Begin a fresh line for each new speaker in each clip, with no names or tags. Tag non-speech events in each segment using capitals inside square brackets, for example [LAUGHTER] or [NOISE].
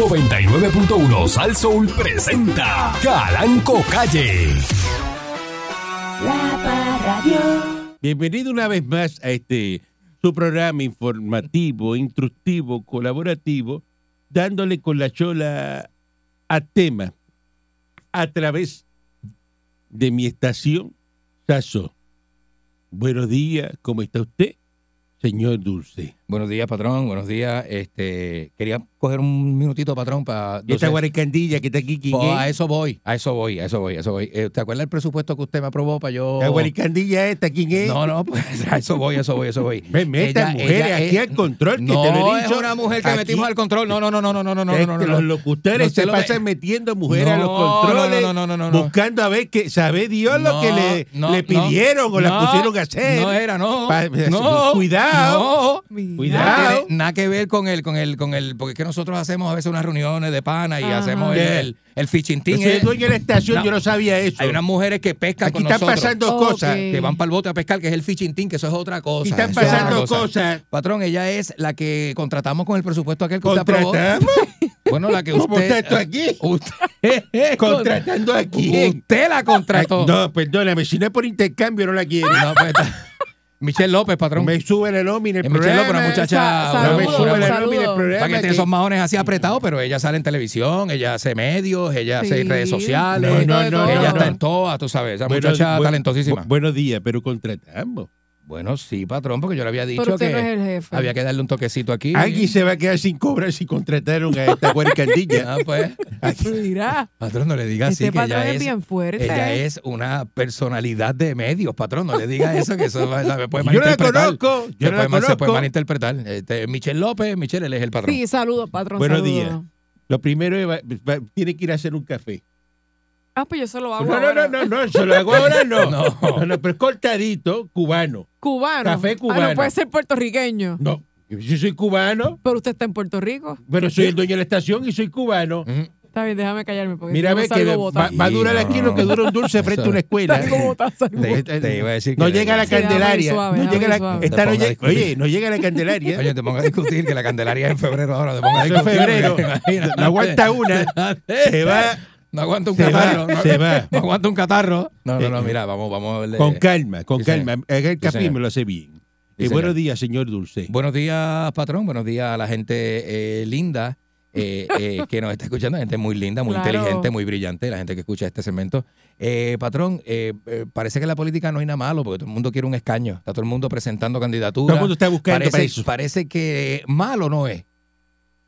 99.1 Sal Soul presenta Calanco Calle.
La Parradio.
Bienvenido una vez más a este su programa informativo, instructivo, colaborativo, dándole con la chola a tema a través de mi estación Saso. Buenos días, ¿cómo está usted, señor Dulce?
Buenos días, patrón. Buenos días. Este, quería coger un minutito, patrón, para...
Esta guaricandilla que está aquí, ¿quién
Oh,
es?
a eso voy, a eso voy, a eso voy, a eso voy. Eh, ¿Te acuerdas el presupuesto que usted me aprobó para yo...?
La guaricandilla esta, ¿quién es?
No, no, pues [LAUGHS] a eso voy, a eso voy, a eso voy.
Me meta, mujeres,
ella
aquí
es-
al control, que
no,
te lo he
es
dicho.
una mujer que
Aquí,
metimos al control. No, no, no, no, no, no, no, no,
este,
no, no.
Los locutores
No
se
lo me-
pasan metiendo mujeres a los
No,
controles,
no, no, no, no, no.
buscando a ver que, sabe Dios lo
No,
que le,
no,
le
no,
pidieron o la
no,
pusieron a hacer.
No era, no.
Pa- pues,
no
cuidado,
no. Nada
cuidado.
tiene- nada que ver con el, con el, con el, porque es que nosotros hacemos a veces unas reuniones de pana y hacemos el,
Yeah.
el, el fishing
Yo
team,
soy
eh.
dueño de la estación,
No.
yo no sabía eso.
Hay unas mujeres que pescan
Aquí
con
están
nosotros,
pasando
Ok.
cosas.
Que van para el bote a pescar, que es el fishing team, que eso es otra cosa.
Y están
eso es otra
pasando
cosa.
cosas.
Patrón, ella es la que contratamos con el presupuesto aquel que usted aprobó.
¿Contratamos?
Bueno, la que
¿Cómo está
[LAUGHS] usted...
esto aquí?
[LAUGHS] Usted,
¿Contratando a quién? Ah,
usted la contrató.
No, perdóname, si no es por intercambio, no la quiero.
No, pues, [LAUGHS] está- Michelle López, patrón.
Me suben el hombre en el
Es Michelle
programa.
López, una muchacha.
Sa-
una
No me
Saludos,
muchacha-
suben el
saludos.
hombre en el programa.
para que tiene
que-
esos maones
Mm.
así apretados, pero ella sale en televisión, ella hace medios, ella hace
Sí.
redes sociales,
Pues No, no, no,
ella
no,
está
no.
en todas, tú sabes, esa
Buenos-
muchacha
bu-
talentosísima.
bu- buenos días, pero contratamos.
Bueno, sí, patrón, porque yo le había
Pero
dicho
usted
que
no es el jefe. [LAUGHS]
había que darle un toquecito aquí.
Alguien se va a quedar sin cobrar si contrataron a esta
Ah,
guaricandilla.
pues,
Tú dirás,
patrón, no le diga así
este
Ah, que
patrón
ella
es,
es,
bien fuerte.
ella
¿eh?
es una personalidad de medios, patrón, no le diga eso que eso va- la [LAUGHS] puede
Yo no la
malinterpretar.
conozco.
Se
Yo no la
puede mal- se puede
conozco.
malinterpretar. Este, Michelle López, Michelle, él es el patrón.
Sí, saludos, patrón.
Buenos
saludos.
días. Lo primero es, va- va- tiene que ir a hacer un café.
Ah, pues yo se lo hago.
No, no,
ahora.
no, no, no, se lo hago ahora no.
[LAUGHS] No.
No, no, pero es cortadito, cubano.
Cubano.
Café cubano.
Ah, no puede ser puertorriqueño.
No, yo soy cubano,
Pero usted está en Puerto Rico.
pero soy el dueño de la estación y soy cubano.
Mm.
Está bien, déjame callarme porque
Mira,
si Pues no
ve que
salgo
de- va,
botada.
va a durar
Sí,
aquí
no.
lo que dura un dulce frente a una escuela.
[LAUGHS]
[LAUGHS]
Salgo botada, salgo
Te,
botada.
te iba a decir
No
que-
llega la
Sí, déjame ir
Candelaria.
suave,
No
déjame
llega
ir
la,
suave.
esta no
Te ponga a
llega-
discutir.
oye, no llega la Candelaria.
Oye, te pongo a discutir que la Candelaria es en febrero ahora, te pongo a
Ah, En
discutir.
febrero.
Imagínate.
No aguanta una. [LAUGHS] Se va
No aguanta un
Se va,
catarro. no,
se va.
No aguanta un catarro. Eh, No, no, no, mira, vamos, vamos a verle.
con calma, con
Sí,
calma. El café
señor.
me lo hace bien.
Sí,
Y buenos
señor.
días, señor Dulce.
Buenos días, patrón. Buenos días a la gente eh, linda eh, eh, que nos está escuchando. Gente muy linda, muy
Claro.
inteligente, muy brillante, la gente que escucha este segmento. Eh, patrón, eh, eh, parece que en la política no hay nada malo porque todo el mundo quiere un escaño. Está todo el mundo presentando
Todo
candidaturas.
el mundo está buscando
parece,
para eso.
parece que malo no es.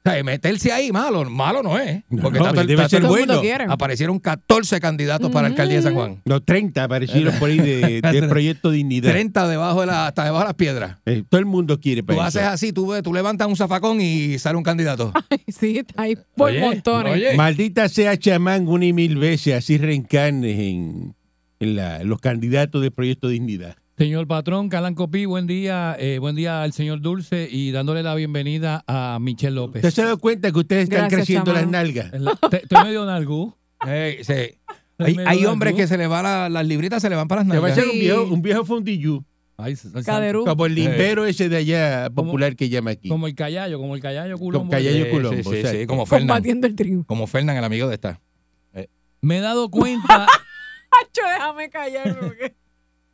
O sea, meterse ahí malo, malo no es.
No,
Porque
no,
está todo el-
debe
está
ser
todo el-
Todo el mundo
bueno.
quiere.
aparecieron 14 candidatos para alcaldía
Mm.
de San Juan.
Los 30 aparecieron por ahí de, [LAUGHS] de Proyecto Dignidad.
30 debajo de la, hasta debajo de las piedras.
Eh, todo el mundo quiere
Tú
para eso.
haces así, tú, ves- tú levantas un zafacón y sale
[LAUGHS]
un candidato.
[LAUGHS] Sí, está ahí por
Oye,
montones.
oye.
Maldita sea chamán una y mil veces, así reencarnes en, en la- los candidatos de Proyecto Dignidad.
Señor patrón, Calancopí, buen día, eh, buen día al señor Dulce y dándole la bienvenida a Michelle López.
¿Usted se ha dado cuenta que ustedes están
Gracias,
creciendo
chamán.
las nalgas?
Es la- te- Estoy medio nalgú.
Eh, sí.
estoy
Hay,
medio
hay
nalgú.
hombres que se le van las libritas, se le van para las
Te va a
nalgas.
ser un
Sí.
viejo, un viejo fondillú,
Ay, se- se-
Caderú.
como el limbero ese de allá
Como-
popular que llama aquí.
Como el callayo, como el callayo culón.
Como Callayo.
Sí,
Colombo,
sí, sí,
exacto.
sí, como
[LAUGHS]
Fernan.
Combatiendo el triunfo.
Como Fernan, el amigo de esta.
Me he dado
[LAUGHS]
cuenta
Hacho, déjame callarme porque...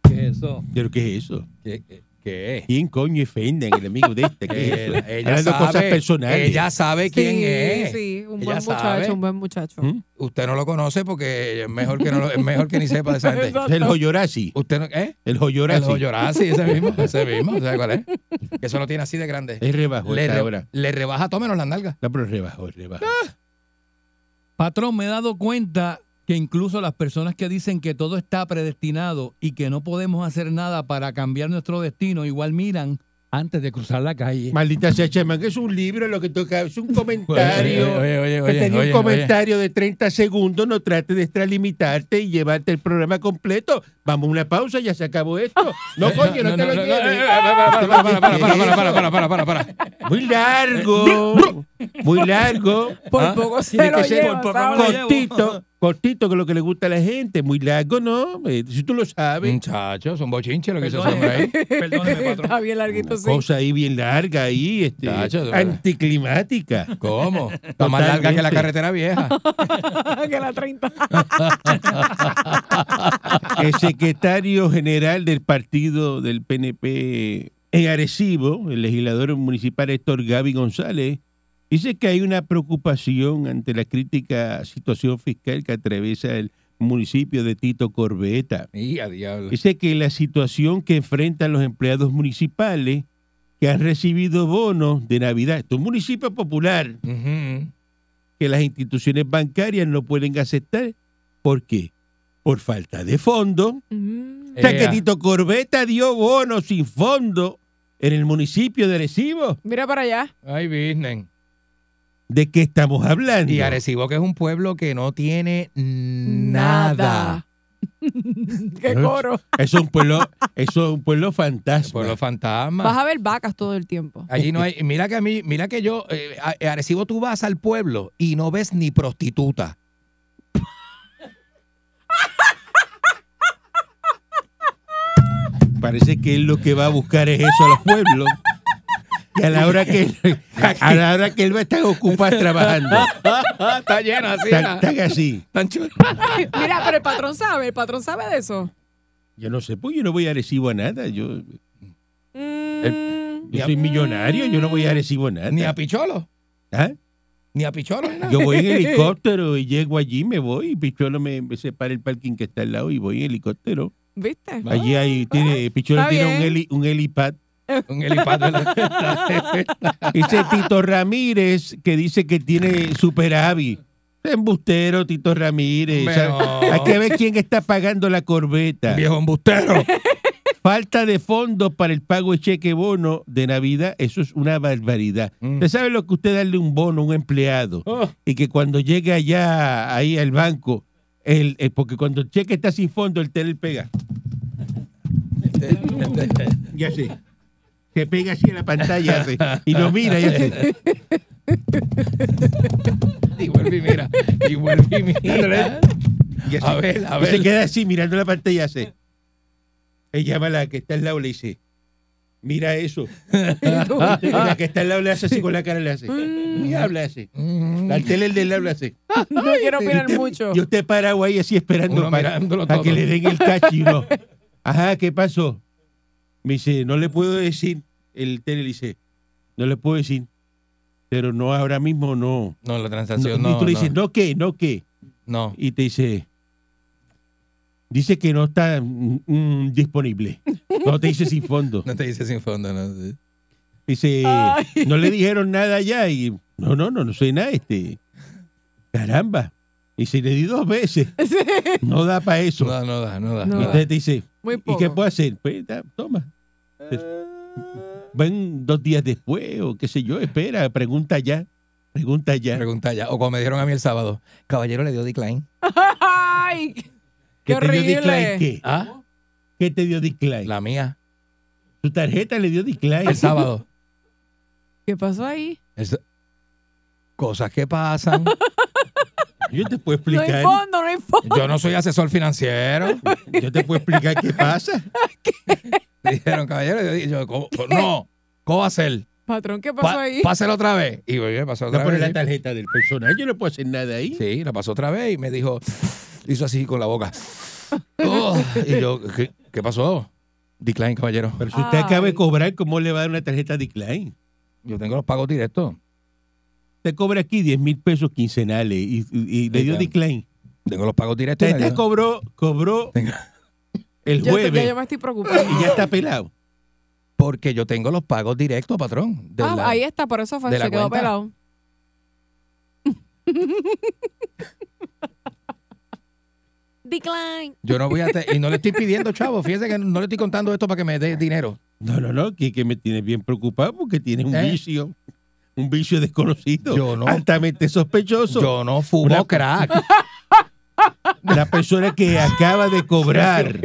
que eso.
¿Pero qué es eso?
¿Qué?
[LAUGHS]
qué es?
¿Quién coño es Fernan, el amigo de este? ¿Qué es
Ella,
eso?
ella
Hablando
sabe,
cosas personales.
ella sabe
[LAUGHS]
quién
sí,
es.
Sí, un
Ella
buen muchacho,
sabe.
un buen muchacho.
¿Mm?
Usted no lo conoce porque es mejor que, no lo- es mejor que ni sepa de
[LAUGHS]
esa gente.
El Joyorasi.
Usted no, ¿eh?
El Joyorasi.
El Hoyorasi, ese
[LAUGHS]
mismo, ese mismo, ¿sabe cuál es? Que eso lo tiene así de grande.
Es rebajó
Le,
esta
re-
hora.
le rebaja todo menos las nalgas.
No, pero rebajó, rebajó.
Patrón, me he dado cuenta que incluso las personas que dicen que todo está predestinado y que no podemos hacer nada para cambiar nuestro destino, igual miran antes de cruzar la calle.
Maldita sea chamán, que es un libro lo que toca, es un comentario.
Oye, oye,
Que
oye,
tenía
oye,
un comentario de 30 segundos, no trate de extralimitarte y llevarte el programa completo. Vamos a una pausa, ya se acabó esto. No, coño, no, te lo
no, eh, no,
lleves.
eh, eh, Para, para, para, para, para, para, para, para, para, para, para.
Muy largo. muy largo,
Por
¿Ah?
poco
Tiene
se lo
que ser
lleva,
por poco,
¿sabes? [LAUGHS]
lo llevo.
cortito, cortito que es lo que le gusta a la gente, muy largo, ¿no? Eh, Si tú lo sabes,
Mm, Muchachos, son bochinches lo que hizo ese hombre
[LAUGHS]
Perdóneme,
ahí.
perdóneme, patrón.
Está bien larguito, sí.
cosa ahí bien larga ahí, este,
Tacho, de verdad.
anticlimática.
[LAUGHS] ¿Cómo? Está más larga que la
Totalmente.
carretera vieja.
[LAUGHS] que la 30.
el secretario general del partido del PNP en Arecibo, el legislador municipal Héctor Gaby González, dice que hay una preocupación ante la crítica situación fiscal que atraviesa el municipio de Tito Corbeta.
Y a diablo.
Dice que la situación que enfrentan los empleados municipales que han recibido bonos de Navidad, esto es un municipio popular,
Ujú.
que las instituciones bancarias no pueden aceptar. ¿Por qué? Por falta de fondos
Mm.
Eh,
o sea, que Tito Corbeta dio bonos sin fondo en el municipio de Arecibo.
Mira para allá.
Ay, business.
¿De qué estamos hablando?
Y Arecibo, que es un pueblo que no tiene
Nada.
nada.
[LAUGHS] Qué
Bueno,
coro.
Es un pueblo, eso es un pueblo fantasma.
Pueblo fantasma.
Vas a ver vacas todo el tiempo.
Allí no hay. Mira que a mí, mira que yo, eh, a- a Arecibo tú vas al pueblo y no ves ni prostituta.
Parece que él lo que va a buscar es eso a los pueblos. Y a la hora que él, a la hora que él va a estar ocupado trabajando.
Está lleno así.
Tan, tan así.
Mira, pero el patrón sabe, el patrón sabe de eso.
Yo no sé, pues yo no voy a Arecibo a nada. Yo,
Mm,
yo soy millonario, yo no voy a Arecibo a nada.
Ni a Picholo.
¿Ah?
Ni a Picholo. ni nada.
Yo voy en helicóptero y llego allí, me voy, y Picholo me, me separa el parking que está al lado y voy en helicóptero.
¿Viste? [LAUGHS]
Allí hay, tiene, Picholo
está
tiene un,
bien.
heli- un helipad.
Un helipad de la-
Dice Tito Ramírez que dice que tiene superávit. Embustero, Tito Ramírez.
Hombre,
¿sabes?
no.
Hay que ver quién está pagando la corbeta.
[LAUGHS] Viejo embustero.
Falta de fondos para el pago de cheque bono de Navidad, eso es una barbaridad.
Mm.
Usted sabe lo que usted darle un bono a un empleado
Oh.
y que cuando llegue allá, ahí al banco, el, el- porque cuando el cheque está sin fondo, el tele pega.
Este,
Ya sé. Se pega así a la pantalla así, y lo mira. Ya sé.
Y vuelve y mira. Y vuelve y mira. A ver, a
se
ver.
queda así mirando la pantalla así. Ella llama a la que está al lado y le dice, mira eso.
Ah,
Y la que está al lado le hace así con la cara, le hace. Y habla así.
Mm.
La tele del habla así.
No quiero opinar mucho. [LAUGHS]
Yo te parado ahí así esperando
Uno
para,
mirándolo
para
todo.
que le den el cacho y uno, Ajá, ¿qué pasó? Me dice, no le puedo decir. El tele le dice, no le puedo decir. Pero no, ahora mismo no.
No, la
No,
transacción
y
no.
tú le dices,
no,
no qué, no qué.
no.
Y te dice, dice que no está mm, mm, disponible. No te dice
[LAUGHS]
sin fondo.
[LAUGHS] No te dice sin fondo, no. sí.
Dice,
Ay.
no le dijeron nada ya y no, no, no, no sé nada este. Caramba. Y se le di dos veces. No da para eso.
No, no da, no da.
No
no
y
da.
usted te dice,
Muy
¿y qué
poco.
puedo hacer? Pues da, toma.
Ah.
Ven dos días después o qué sé yo, espera, pregunta ya, pregunta ya.
Pregunta ya. O como me dijeron a mí el sábado, caballero le dio decline.
¡Ay! ¡Qué
¿Que te dio decline
horrible!
qué?
¿Ah?
¿Qué te dio decline?
La mía.
Tu tarjeta le dio decline.
El sábado.
¿Qué pasó ahí?
El s- Cosas que pasan.
Yo te puedo
No hay
explicar,
fondo, no hay fondo.
Yo no soy asesor financiero. [LAUGHS]
yo te puedo explicar qué pasa.
Dijeron, caballero, yo, dije, yo, ¿cómo? no, ¿cómo va a ser?
Patrón, ¿qué pasó
Pa-
ahí?
páselo otra vez. Y volvió, pasó
No
otra
poner la
vez.
tarjeta del personal, yo no puedo hacer nada ahí.
Sí, la pasó otra vez y me dijo, hizo así con la boca. Oh, y yo, ¿qué, qué pasó? Decline, caballero.
Pero si usted acaba de
Ay.
cobrar, ¿cómo le va a dar una tarjeta decline?
Yo tengo los pagos directos.
Usted cobra aquí 10 mil pesos quincenales y, y- y le dio decline.
Tengo los pagos directos. y
Usted
me
te
dio-
cobró, cobró
Tengo-
Ya, te-
el
ya
jueves
yo me estoy preocupando.
y ya está pelado.
Porque yo tengo los pagos directos, patrón. de
Ah,
la-
ahí está, por eso fue,
de
se
la
quedó
cuenta.
pelado. Decline.
Yo no voy a... te- y no le estoy pidiendo, chavo. Fíjese que no le estoy contando esto para que me dé dinero.
No, no, no, que, que me tiene bien preocupado porque tiene un
¿Eh?
vicio, un vicio desconocido,
Yo no.
altamente sospechoso.
Yo no fumo
Una- [LAUGHS]
crack.
La persona que acaba de cobrar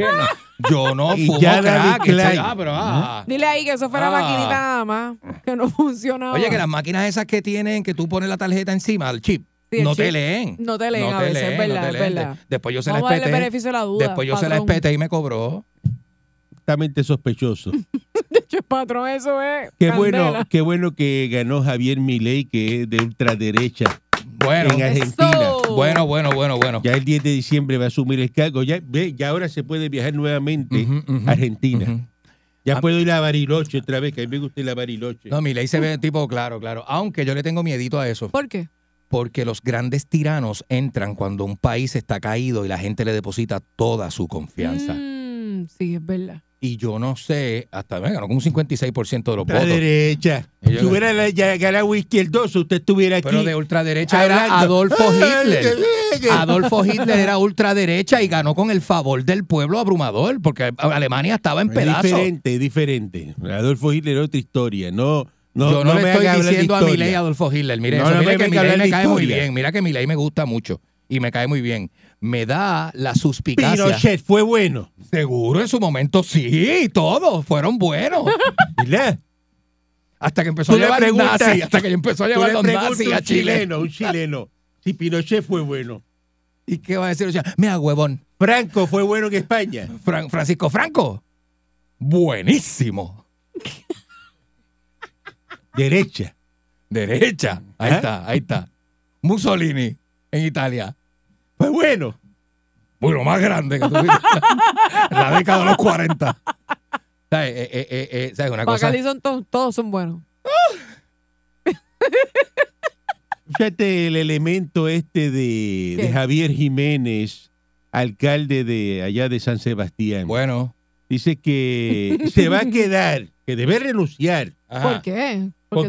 Yo no
Y
fumo
ya David
crack.
Klein.
este- ah, pero, ah.
Dile ahí que eso fue la
Ah.
maquinita nada más, que no funcionaba.
Oye,
[LAUGHS]
que las máquinas esas que tienen, que tú pones la tarjeta encima, el chip,
Sí, el
no te
chip.
leen.
No te leen a veces, es
no
verdad,
te
es
leen.
verdad.
De- Después yo se la
Vamos a darle
espeté.
beneficio a la duda.
Después yo se la
patrón.
espeté y me cobró.
Exactamente sospechoso.
Che, patrón, eso es.
Qué
candela.
bueno, qué bueno que ganó Javier Milei, que es de ultraderecha
Bueno,
en Argentina.
Eso.
bueno, bueno, bueno, bueno.
Ya el 10 de diciembre va a asumir el cargo. Ya, ve, ya ahora se puede viajar nuevamente
Ujú, ujú,
a Argentina.
ujú.
Ya
Ah.
puedo ir a Bariloche otra vez, que a mí me gusta ir a Bariloche.
No, mi ley se ve tipo claro, claro. Aunque yo le tengo miedito a eso.
¿Por qué?
Porque los grandes tiranos entran cuando un país está caído y la gente le deposita toda su confianza.
Mm, sí, es verdad.
Y yo no sé, hasta me ganó con un 56% de los
La
votos.
derecha.
Ellos-
Si hubiera la- ya ganado izquierdoso, usted estuviera aquí.
Pero de ultraderecha era
hablando.
Adolfo
Ay,
Hitler.
que llegue.
Adolfo Hitler era ultraderecha y ganó con el favor del pueblo abrumador, porque Alemania estaba en
Es
pedazos.
diferente, es diferente. Adolfo Hitler es otra historia. No, no,
Yo no,
no
le
me
estoy
haga hablar de
diciendo a
historia.
Milei Adolfo Hitler. Mire,
No,
eso,
no
mire
me
que
venga a
Milei
hablar
me
de
cae muy
historia.
bien. Mira que Milei me gusta mucho y me cae muy bien. Me da la suspicacia.
Pinochet fue bueno,
Seguro en su momento sí, todos fueron
[LAUGHS]
buenos.
¿verdad?
Hasta que empezó
Tú
a
le
llevar
preguntas-
nazis, hasta que empezó a
Yo
llevar
le
los
pregunto
nazis
a
a
un
Chile.
chileno, un chileno, si Pinochet fue bueno.
¿Y qué va a decir? O sea, mira, huevón,
Franco fue bueno en España.
Fran- Francisco Franco, buenísimo.
Derecha.
Derecha. Ahí
¿Eh?
está, ahí está. Mussolini en Italia.
Fue bueno.
Bueno, más grande que tuviste [LAUGHS] en la década de los 40. ¿Sabes? Eh, eh, eh, eh, ¿sabes? Una
Para
cosa.
Cali son to- todos son buenos.
Fíjate el elemento este de, de
¿Qué?
Javier Jiménez, alcalde de allá de San Sebastián.
Bueno.
Dice que se va a quedar, que debe renunciar,
ajá.
¿Por qué? Porque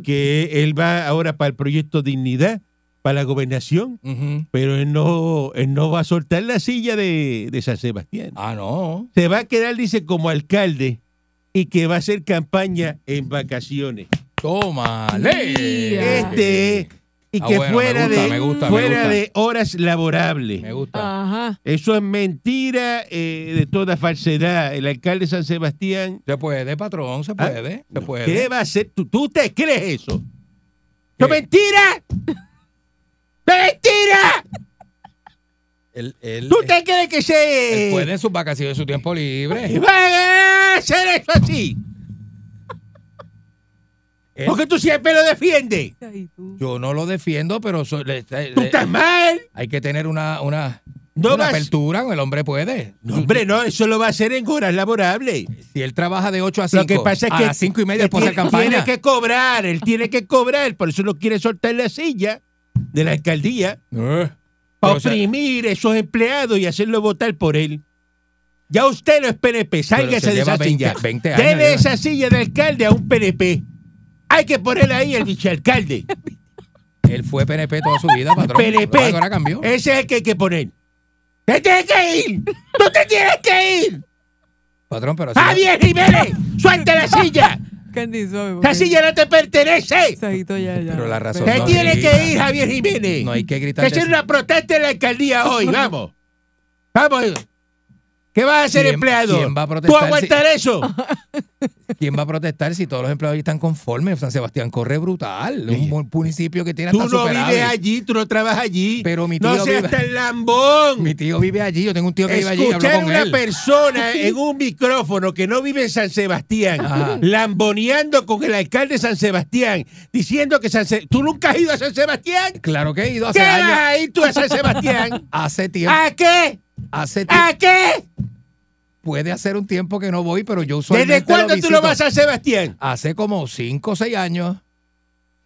porque él va ahora para el proyecto Dignidad, para la gobernación,
Ujú.
pero él no, él no va a soltar la silla de, de San Sebastián.
Ah, no.
Se va a quedar, dice, como alcalde y que va a hacer campaña en vacaciones.
Tómale.
Ya.
Este es- y
Ah,
que
bueno, me
fuera,
gusta,
de,
me gusta, me
fuera
gusta.
de horas laborables.
Me gusta.
Ajá.
Eso es mentira eh, de toda falsedad. El alcalde de San Sebastián,
Se puede, patrón, se puede. Se puede.
¿Eh? ¿qué va a hacer? ¿Tú, tú te crees eso?
¿Qué?
¡No mentira! ¡Mentira!
Él, él-
¿Tú te crees que
él puede
se...
en sus vacaciones, su tiempo libre.
va a hacer eso así?
Él-
Porque tú siempre lo defiendes.
Ay, tú.
yo no lo defiendo, pero so- le- le-
¡Tú estás mal!
hay que tener una, una,
No
una
vas-
apertura. El hombre puede.
No,
[LAUGHS]
hombre, no, eso lo va a hacer en horas laborables.
Si él trabaja de 8 a 5,
Lo que pasa es
a
que
las 5 y media
él
después de
tiene-
campaña.
Tiene que cobrar, él tiene que cobrar, por eso no quiere soltar la silla de la alcaldía
Eh,
para
pero, o sea,
oprimir esos empleados y hacerlo votar por él. Ya usted no es PNP,
se
sálgase de
lleva
esa
20
silla.
20 años,
Dele
lleva.
esa silla de alcalde a un PNP. Hay que poner ahí el vicealcalde.
él fue PNP toda su vida, patrón.
PNP.
Ahora cambió.
Ese es el que hay que poner. ¡Te tienes que ir! ¡Tú te tienes que ir!
Patrón, pero así-
¡Javier Jiménez! ¡Suelta la silla!
Candy, suave,
¡La
porque-
silla no te pertenece!
Sajito, ya, ya.
Pero la razón-
¡Te
no,
tiene
sí.
que ir, Javier Jiménez!
no hay que gritar.
Que hacer una protesta en la alcaldía hoy, vamos. Vamos. ¿Qué vas a hacer,
¿Quién-
empleado?
quién va a
¿Tú
protestar
aguantar eso?
¿Quién va a protestar si todos los empleados están conformes? San Sebastián corre brutal.
Sí.
Un buen municipio que tiene
Tú
hasta
no
superávit.
vives allí, tú no trabajas allí.
Pero mi
no
tío
seas
vive-
tan lambón.
Mi tío vive allí. Yo tengo un tío que vive allí. y Hablo
Escuchar
con
a una
él. [LAUGHS]
persona en un micrófono que no vive en San Sebastián,
Ajá.
lamboneando con el alcalde de San Sebastián, diciendo que San Se- tú nunca has ido a San Sebastián.
Claro que he ido
¿Qué
hace
vas
años.
a ir tú a San Sebastián?
[LAUGHS] Hace tiempo.
¿A qué?
Hace tiempo.
¿A qué?
Puede hacer un tiempo que no voy, pero yo usualmente
¿Desde cuándo tú no
visito.
vas a San Sebastián?
Hace como 5 o 6 años.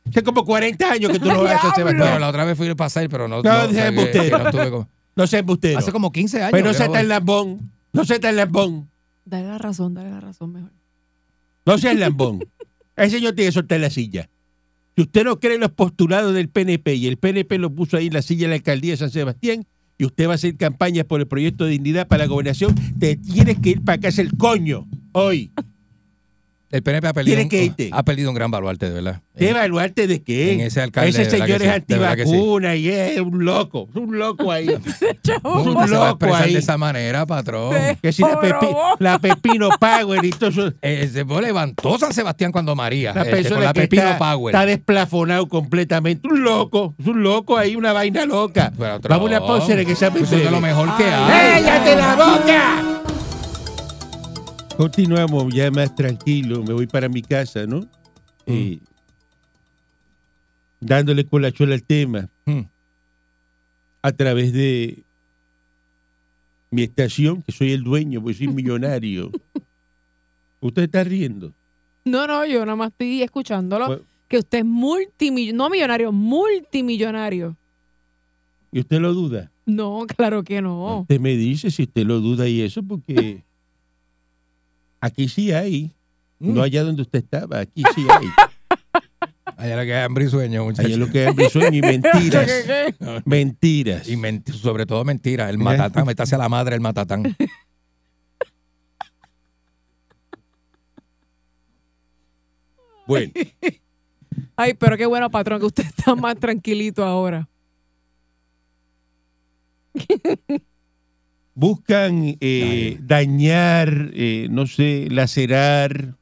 Hace como 40 años que tú no vas a San Sebastián.
Bueno, la otra vez fui a pasar, pero no.
No, sea
que- que
embustero.
no estuve con-
No seas embustero.
Hace como 15 años.
Pero no
que
seas
voy.
tan lambón. No seas tan lambón.
Dale la razón, dale la razón mejor.
No seas
[LAUGHS]
lambón. Ese señor tiene que soltar la silla. Si usted no cree en los postulados del PNP y el PNP lo puso ahí en la silla de la alcaldía de San Sebastián y usted va a hacer campañas por el proyecto de dignidad para la gobernación, te tienes que ir para casa el coño hoy.
el PNP ha perdido,
Tienes
un-
que irte.
ha perdido un gran baluarte, de verdad.
¿Qué
Eh,
evaluarte de qué?
en ese alcalde, de verdad
señor
que
es
sí, de verdad que sí.
antivacuna y es un loco, es un loco
[LAUGHS]
ahí.
Chavo,
¿cómo se va
loco
a expresar
ahí.
de esa manera, patrón?
que si la,
Pobre
pepi-
bobo.
la Pepino Power y todo eso.
Eh, se fue- levantó San Sebastián cuando María.
La
este, con
persona
la
que
Pepino
está,
Power.
está desplafonado completamente. Un loco, es un loco ahí, una vaina loca.
Pero, Trump,
Vamos a poner que se ha
Eso es de lo mejor que hay.
¡Cállate la boca! Continuamos, ya más tranquilo, me voy para mi casa, ¿no? Eh, dándole con la chola al tema
Mm.
a través de mi estación, que soy el dueño, pues soy millonario. Usted está riendo.
No, no, yo nada más estoy escuchándolo.
Pues
Bueno.
que usted es multimillonario, no millonario, multimillonario.
¿Y usted lo duda?
No, claro que no.
Usted me dice si usted lo duda y eso, porque aquí sí hay. No allá donde usted estaba, aquí sí hay.
Allá lo que hay hambre y sueño, muchachos.
Ahí es lo que hay bisoño
[LAUGHS]
y mentiras. Mentiras.
Y menti- sobre todo mentira. El matatán, meterse a la madre el matatán.
Bueno,
Ay, pero qué bueno, patrón, que usted [LAUGHS] está más tranquilito ahora.
buscan eh, dañar, eh, no sé, lacerar,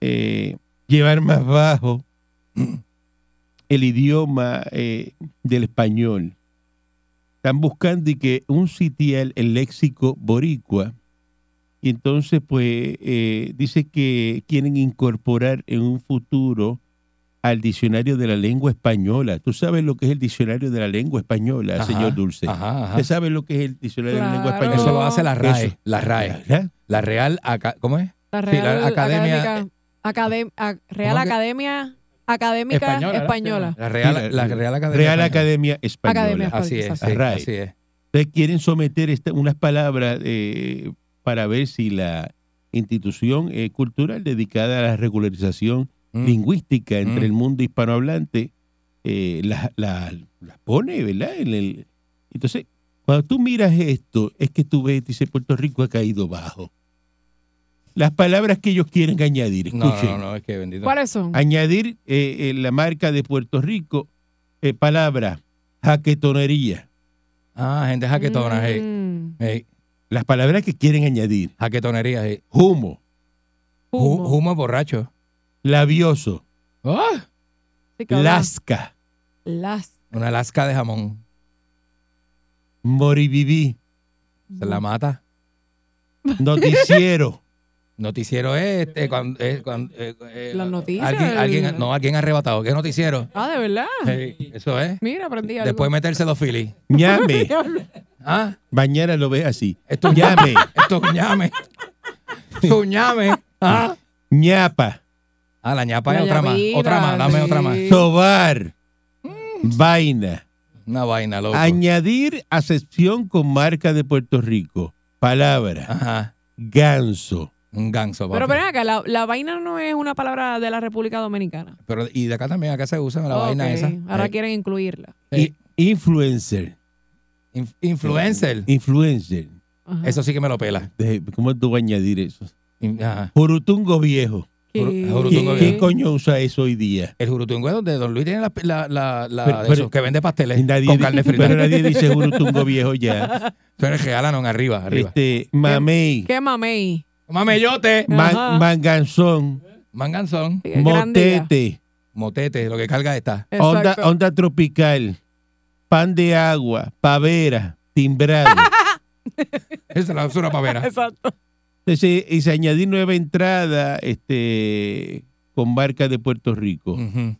eh, llevar más bajo
Mm.
el idioma eh, del español. Están buscando y que un sitial el léxico boricua. Y entonces, pues, eh, dice que quieren incorporar en un futuro al diccionario de la lengua española. ¿Tú sabes lo que es el diccionario de la lengua española,
Ajá,
señor Dulce?
Ajá, ajá.
Usted sabe lo que es el diccionario de la lengua
Claro.
española.
Eso lo hace la RAE.
Ah. Eso.
La RAE.
¿Verdad?
La Real Aca- ¿Cómo es?
La
Sí, la
Real
Academia-
Académica, Academ- A- Real
¿Cómo que?
Academia Académica Española.
Española, La Real, la Real Academia.
Real
Española.
Academia Española.
Academia.
Así es,
La
sí,
RAE.
así es.
Ustedes quieren someter esta- unas palabras eh, para ver si la institución eh, cultural dedicada a la regularización
Mm.
lingüística entre
Mm.
el mundo hispanohablante eh, las la, las pone, ¿verdad? En el- entonces, cuando tú miras esto, es que tú ves, dice Puerto Rico ha caído bajo. Las palabras que ellos quieren añadir,
No,
escuchen.
no, no, es que bendito.
¿Cuáles son?
añadir eh, eh, la marca de Puerto Rico, eh, palabra jaquetonería,
Ah, gente jaquetona, hey.
Mm,
hey,
las palabras que quieren añadir,
Jaquetonería, hey.
humo,
Ju-
humo.
Humo. borracho.
labioso,
¡Ah!
Sí, cabrón.
lasca,
Las.
Una lasca de jamón.
moribibí,
Se la mata.
noticiero,
Noticiero este, cuando, eh, cuando, eh, eh,
Las noticias,
Alguien,
el-
alguien, no, alguien arrebatado. ¿Qué noticiero?
Ah, de verdad.
Hey, eso es.
Mira, aprendí algo. [LAUGHS]
Después meterse los filis.
ñame,
Ah,
mañana lo ves así,
esto es ñame.
ñame,
Esto es ñame. Esto es ñame. Ah.
ñapa,
Ah, la ñapa
La
es otra más.
llavita,
Otra más, dame
sí.
otra más.
sobar, vaina,
Una vaina, loco.
añadir acepción con marca de Puerto Rico, palabra,
Ajá.
ganso,
Un ganso, papi.
Pero ven acá, la, la vaina no es una palabra de la República Dominicana.
Pero- y de acá también, acá se usa la
Ok,
vaina esa.
Ahora
Eh,
quieren incluirla.
Sí.
i- influencer,
inf- influencer.
influencer.
Ajá.
Eso sí que me lo pela.
De- ¿Cómo tú vas a añadir eso?
In- Ajá.
Jurutungo viejo.
¿Qué?
Juro-
¿Quién,
Jurutungo
quién
viejo.
coño usa eso hoy día?
El jurutungo es donde Don Luis tiene la, la, la, la-
Pero-
de
pero-
esos que vende pasteles
Nadie
con
di-
carne
Pero
frita.
nadie dice Jurutungo viejo ya.
Pero es que galaron arriba, [LAUGHS] arriba.
Este, mamey,
¿Qué mamey?
Mameyote.
man-
Ajá.
manganzón,
Manganzón.
Qué grande ya.
motete,
Motete, lo que carga está.
onda,
Exacto.
onda tropical, pan de agua, pavera,
[LAUGHS]
timbrado.
Esa es la basura pavera.
Exacto.
Entonces, y se añadir nueva entrada este, con marca de Puerto Rico.
Ujú.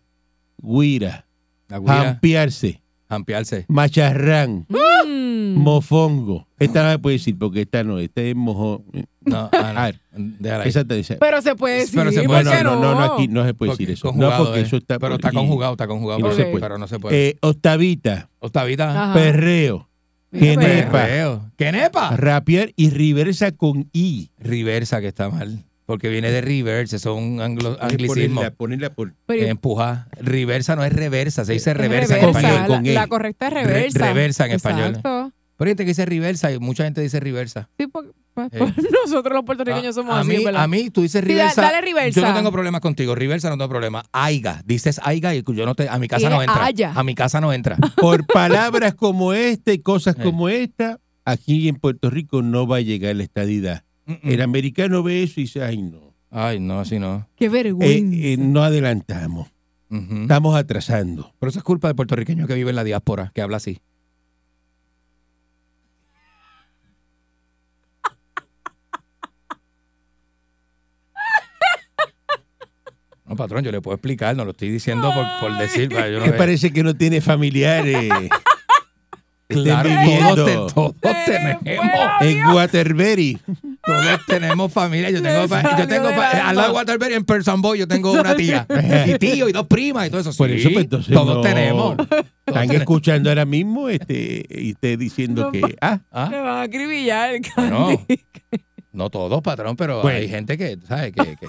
Guira,
La Mm. guira.
jampearse,
Ampliarse.
macharrán,
Mm.
mofongo. Esta no me puede decir porque esta no, esta es mojón.
No, ah, no.
Ah,
Déjala ahí.
Esa te dice.
Pero se puede decir.
Pero se
¿por
puede-
qué
no, no, no, no, aquí no se puede
Porque
decir eso. No,
conjugado,
porque
eh.
eso está.
Pero está pues.
y-
conjugado, está conjugado.
y no
pero-
se puede.
Pero no se puede.
eh, octavita, Ah,
Octavita.
Ajá.
perreo,
Mira,
que
pues,
nepa.
Perreo. ¿Qué
ah,
nepa?
rapear y reversa con I.
Reversa, que está mal. Porque viene de reverse, eso es un anglo- anglicismo.
Ponerla, ponerla por.
pero-
Empujar. Reversa no es reversa, se dice
es
reversa, en
reversa.
español.
con
la,
E. él.
la correcta es reversa.
reversa en español.
Exacto.
Pero hay gente que dice reversa y mucha gente dice reversa.
Sí, porque- pues.
Eh.
pues [LAUGHS] nosotros los puertorriqueños somos
a,
así,
mí,
¿verdad?
a mí, tú dices
Sí, da-
reversa.
dale reversa.
Yo no tengo problemas contigo. Reversa no tengo problema. Aiga. Dices aiga y yo no te, a mi casa
Y
no
es
entra.
haya.
A mi casa
[LAUGHS]
no entra.
Por palabras como esta y cosas
[LAUGHS] Eh.
como esta, aquí en Puerto Rico no va a llegar la estadidad. El americano ve eso y dice, ay no,
Mm, Ay, no, así no.
Qué
Eh,
vergüenza.
eh, no adelantamos,
Ujú.
estamos atrasando.
Pero eso es culpa del puertorriqueño que vive en la diáspora, que
[LAUGHS]
habla así. No, patrón, yo le puedo explicar, no lo estoy diciendo por, por decir. pero Yo no
Me parece que no tiene
[LAUGHS]
familiares. Estén
Claro,
viviendo
todos, te- todos
Pero
tenemos,
en Waterbury.
todos tenemos familia. Yo tengo,
Le
fa-
salió
yo tengo
del
fa-
alma.
al lado de Waterbury en Persamboy, yo tengo una
[LAUGHS]
tía y tío y dos primas y todo eso.
Por
Sí,
eso, pues, entonces,
todos
no.
tenemos.
Están escuchando ahora mismo este, y usted diciendo
No,
que, ah,
Ah.
Me van a acribillar, [LAUGHS]
eh,
Bueno,
Candy.
No todos, patrón, pero
Bueno.
hay gente que, ¿sabes? Que, que-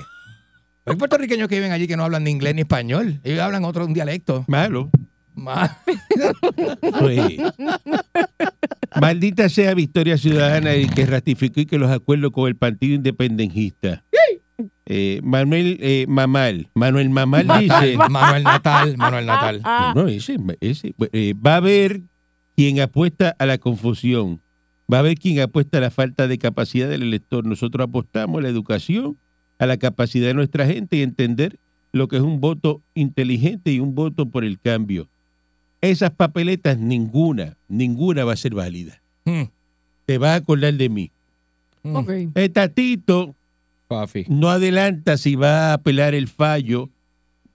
Hay puertorriqueños que viven allí que no hablan ni inglés ni español. Ellos hablan otro un dialecto.
malo.
Más.
Sí. Maldita sea Victoria Ciudadana y que ratificó y que los acuerdos con el Partido Independentista. Eh, Manuel eh, Mamal, Manuel Mamal dice,
Manuel Natal, Manuel Natal.
Ah,
no, ese- ese, eh, va a haber quien apuesta a la confusión, va a haber quien apuesta a la falta de capacidad del elector. Nosotros apostamos a la educación, a la capacidad de nuestra gente y entender lo que es un voto inteligente y un voto por el cambio. Esas papeletas, ninguna, ninguna va a ser válida.
Mm,
Te vas a acordar de mí. eh,
mm,
ok.
El Tatito
ah.
papi.
no adelanta si va a apelar el fallo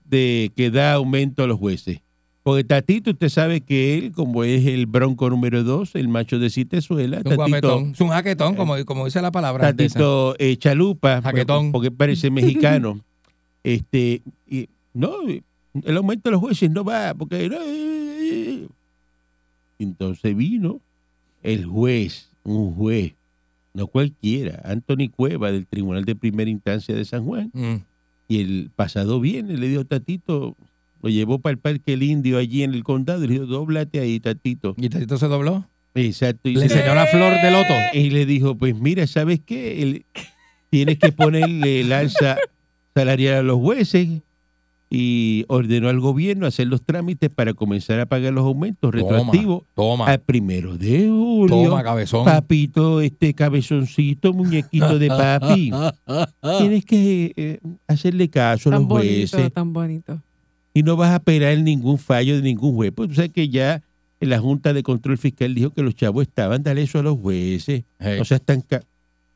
de que da aumento a los jueces. Porque Tatito, usted sabe que él, como es el bronco número dos, el macho de Citezuela,
Es un
Tatito,
guapetón. Es un jaquetón, como, como dice la palabra. de esa.
Tatito eh, Chalupa,
Jaquetón.
porque parece
[LAUGHS]
mexicano, este, y, no, el aumento a los jueces no va, porque... no, eh, eh. Entonces vino el juez, un juez, no cualquiera, Anthony Cueva, del Tribunal de Primera Instancia de San Juan,
Mm.
y el pasado viene, le dijo Tatito, lo llevó para el Parque El Indio allí en el condado, y le dijo, doblate ahí, Tatito.
¿Y Tatito se dobló?
Exacto. Y,
Le
se-
enseñó la flor de loto.
y le dijo, pues mira, ¿sabes qué? El- tienes que ponerle el alza salarial a los jueces. Y ordenó al gobierno hacer los trámites para comenzar a pagar los aumentos retroactivos
Toma,
al primero de julio.
toma, cabezón.
Papito, este cabezoncito, muñequito de
[LAUGHS]
papi. Tienes que eh, hacerle caso a los
Tan bonito,
jueces
tan bonito.
y no vas a esperar ningún fallo de ningún juez. Pues tú sabes que ya en la Junta de Control Fiscal dijo que los chavos estaban, dale eso a los jueces.
Hey,
O sea, están... ca-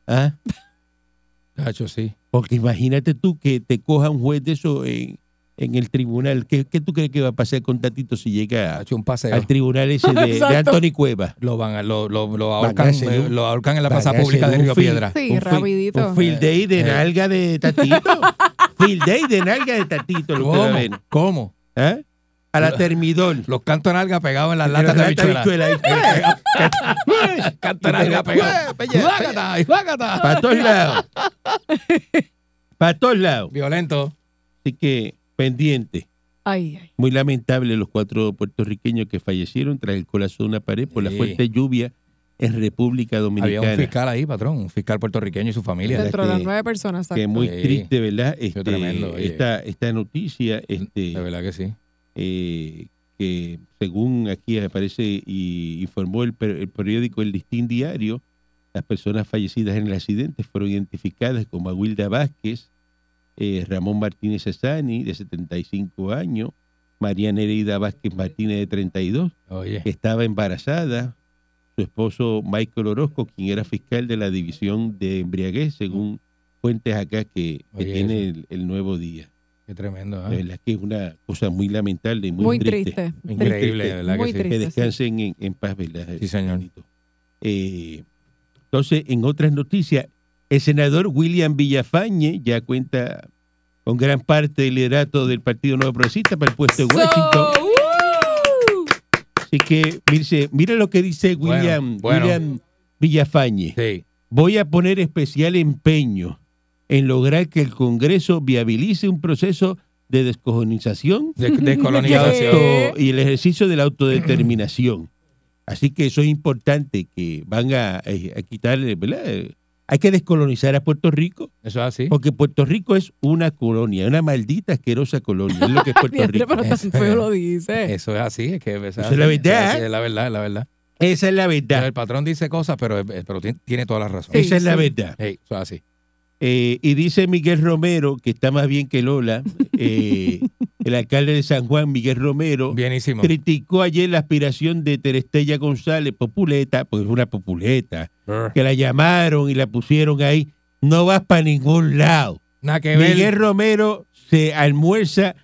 ¿Ah?
[LAUGHS] chacho, sí.
Porque imagínate tú que te coja un juez de eso en, en el tribunal. ¿Qué, qué tú crees que va a pasar con Tatito si llega a-
Chacho, un paseo.
al tribunal ese de, de
Exacto.
Anthony Cueva?
Lo, van a- lo, lo, lo
Van a
ahorcan,
hacer
eh,
un-
lo ahorcan en la
van a
plaza
hacer
pública de
un
Río
film.
Piedra.
Sí,
Ah, Un fi-
rapidito.
Un field day de
Eh.
nalga de Tatito. field day de nalga de Tatito, lo que va a
¿Cómo?
ver.
¿Cómo?
¿Ah? A la termidor.
Los cantos en alga pegados en las
La
latas de habichuela. [LAUGHS]
Canto
Cantos en alga pegados. ¡Juágata! ¡Juágata!
Para todos lados. Para todos lados.
Violento.
Así que pendiente.
Ay, ay.
Muy lamentable los cuatro puertorriqueños que fallecieron tras el colapso de una pared por la
Sí.
fuerte lluvia en República
Había un
Dominicana.
fiscal ahí, patrón, un fiscal puertorriqueño y su familia.
Dentro de las
que-
nueve personas.
Que
exacto.
muy
Sí.
triste, ¿verdad? Este,
tremendo, oye.
esta, esta noticia,
De
este,
verdad que sí.
eh, que según aquí aparece y informó el, per- el periódico El Listín Diario, las personas fallecidas en el accidente fueron identificadas como Aguilda Vázquez, eh, Ramón Martínez Cesani, de 75 años, María Nereida Vázquez Martínez, de 32,
Oye.
que estaba embarazada, su esposo Michael Orozco, quien era fiscal de la división de embriaguez, según fuentes acá que, que
Oye,
tiene el, el nuevo día.
Qué tremendo. ¿eh?
La verdad es que es una cosa muy lamentable y muy,
Muy
triste.
triste. [LAUGHS]
Increíble, de verdad
Muy
que sí.
triste.
Que descansen en, en paz, ¿verdad?
Sí, señor.
Eh, entonces, en otras noticias, el senador William Villafañe ya cuenta con gran parte del liderato del Partido Nuevo Progresista para el puesto de Washington.
So, uh, woo.
Así que, mire, mire lo que dice
Bueno,
William,
bueno.
William Villafañe.
Sí.
Voy a poner especial empeño en lograr que el Congreso viabilice un proceso de descojonización
De-
y, [LAUGHS]
Descolonización.
auto- y el ejercicio de la autodeterminación. Así que eso es importante, que van a, eh, a quitarle ¿verdad? Eh, Hay que descolonizar a Puerto Rico,
Eso es así.
porque Puerto Rico es una colonia, una maldita asquerosa colonia, es lo que es Puerto
[LAUGHS] Diantre,
Rico.
pero tan feo lo dice.
Eso es así, es que es
es la verdad.
Es la verdad, es la verdad.
Esa es la
Pero
verdad,
el patrón dice cosas, pero, eh, pero ti- tiene toda la razón.
Sí.
esa es la verdad.
Ey, eso es así.
Eh, y dice Miguel Romero, que está más bien que Lola, eh, el alcalde de San Juan, Miguel Romero,
Bienísimo.
criticó ayer la aspiración de Terestella González, populeta, porque es una populeta,
Brr.
que la llamaron y la pusieron ahí. No vas para ningún lado.
Nada que ver.
Miguel Romero se almuerza